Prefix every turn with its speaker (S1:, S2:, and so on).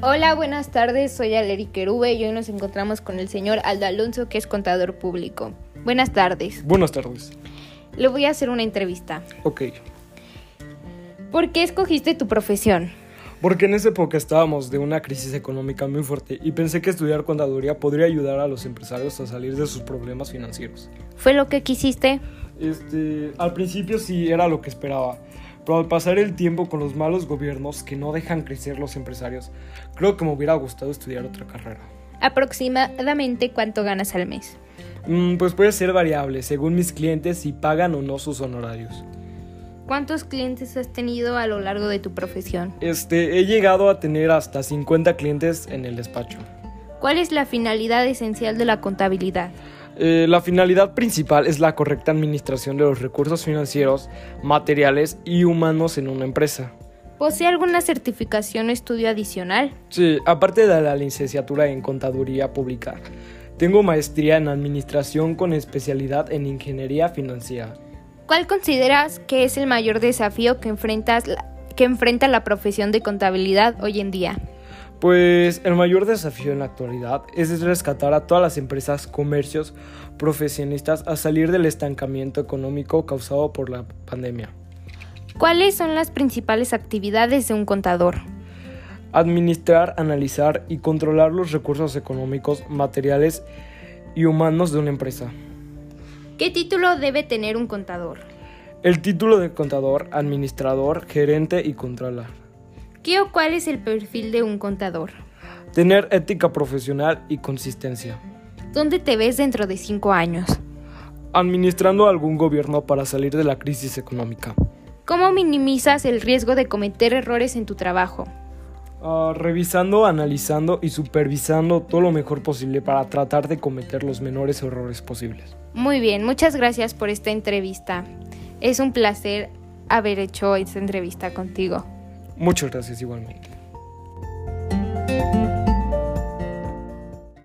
S1: Hola, buenas tardes. Soy Aleri Querube y hoy nos encontramos con el señor Aldo Alonso, que es contador público. Buenas tardes.
S2: Buenas tardes.
S1: Le voy a hacer una entrevista.
S2: Ok.
S1: ¿Por qué escogiste tu profesión?
S2: Porque en esa época estábamos de una crisis económica muy fuerte y pensé que estudiar contaduría podría ayudar a los empresarios a salir de sus problemas financieros.
S1: ¿Fue lo que quisiste?
S2: Este, al principio sí era lo que esperaba, pero al pasar el tiempo con los malos gobiernos que no dejan crecer los empresarios, creo que me hubiera gustado estudiar otra carrera.
S1: ¿Aproximadamente cuánto ganas al mes?
S2: Mm, pues puede ser variable según mis clientes si pagan o no sus honorarios.
S1: ¿Cuántos clientes has tenido a lo largo de tu profesión?
S2: Este, he llegado a tener hasta 50 clientes en el despacho.
S1: ¿Cuál es la finalidad esencial de la contabilidad?
S2: Eh, la finalidad principal es la correcta administración de los recursos financieros, materiales y humanos en una empresa.
S1: ¿Posee alguna certificación o estudio adicional?
S2: Sí, aparte de la licenciatura en Contaduría Pública, tengo maestría en Administración con especialidad en Ingeniería Financiera.
S1: ¿Cuál consideras que es el mayor desafío que, enfrentas, que enfrenta la profesión de contabilidad hoy en día?
S2: Pues el mayor desafío en la actualidad es rescatar a todas las empresas, comercios, profesionistas a salir del estancamiento económico causado por la pandemia.
S1: ¿Cuáles son las principales actividades de un contador?
S2: Administrar, analizar y controlar los recursos económicos, materiales y humanos de una empresa.
S1: ¿Qué título debe tener un contador?
S2: El título de contador, administrador, gerente y controlador.
S1: ¿Qué o cuál es el perfil de un contador?
S2: Tener ética profesional y consistencia.
S1: ¿Dónde te ves dentro de cinco años?
S2: Administrando algún gobierno para salir de la crisis económica.
S1: ¿Cómo minimizas el riesgo de cometer errores en tu trabajo?
S2: Uh, revisando, analizando y supervisando todo lo mejor posible para tratar de cometer los menores errores posibles.
S1: Muy bien, muchas gracias por esta entrevista. Es un placer haber hecho esta entrevista contigo.
S2: Muchas gracias igualmente.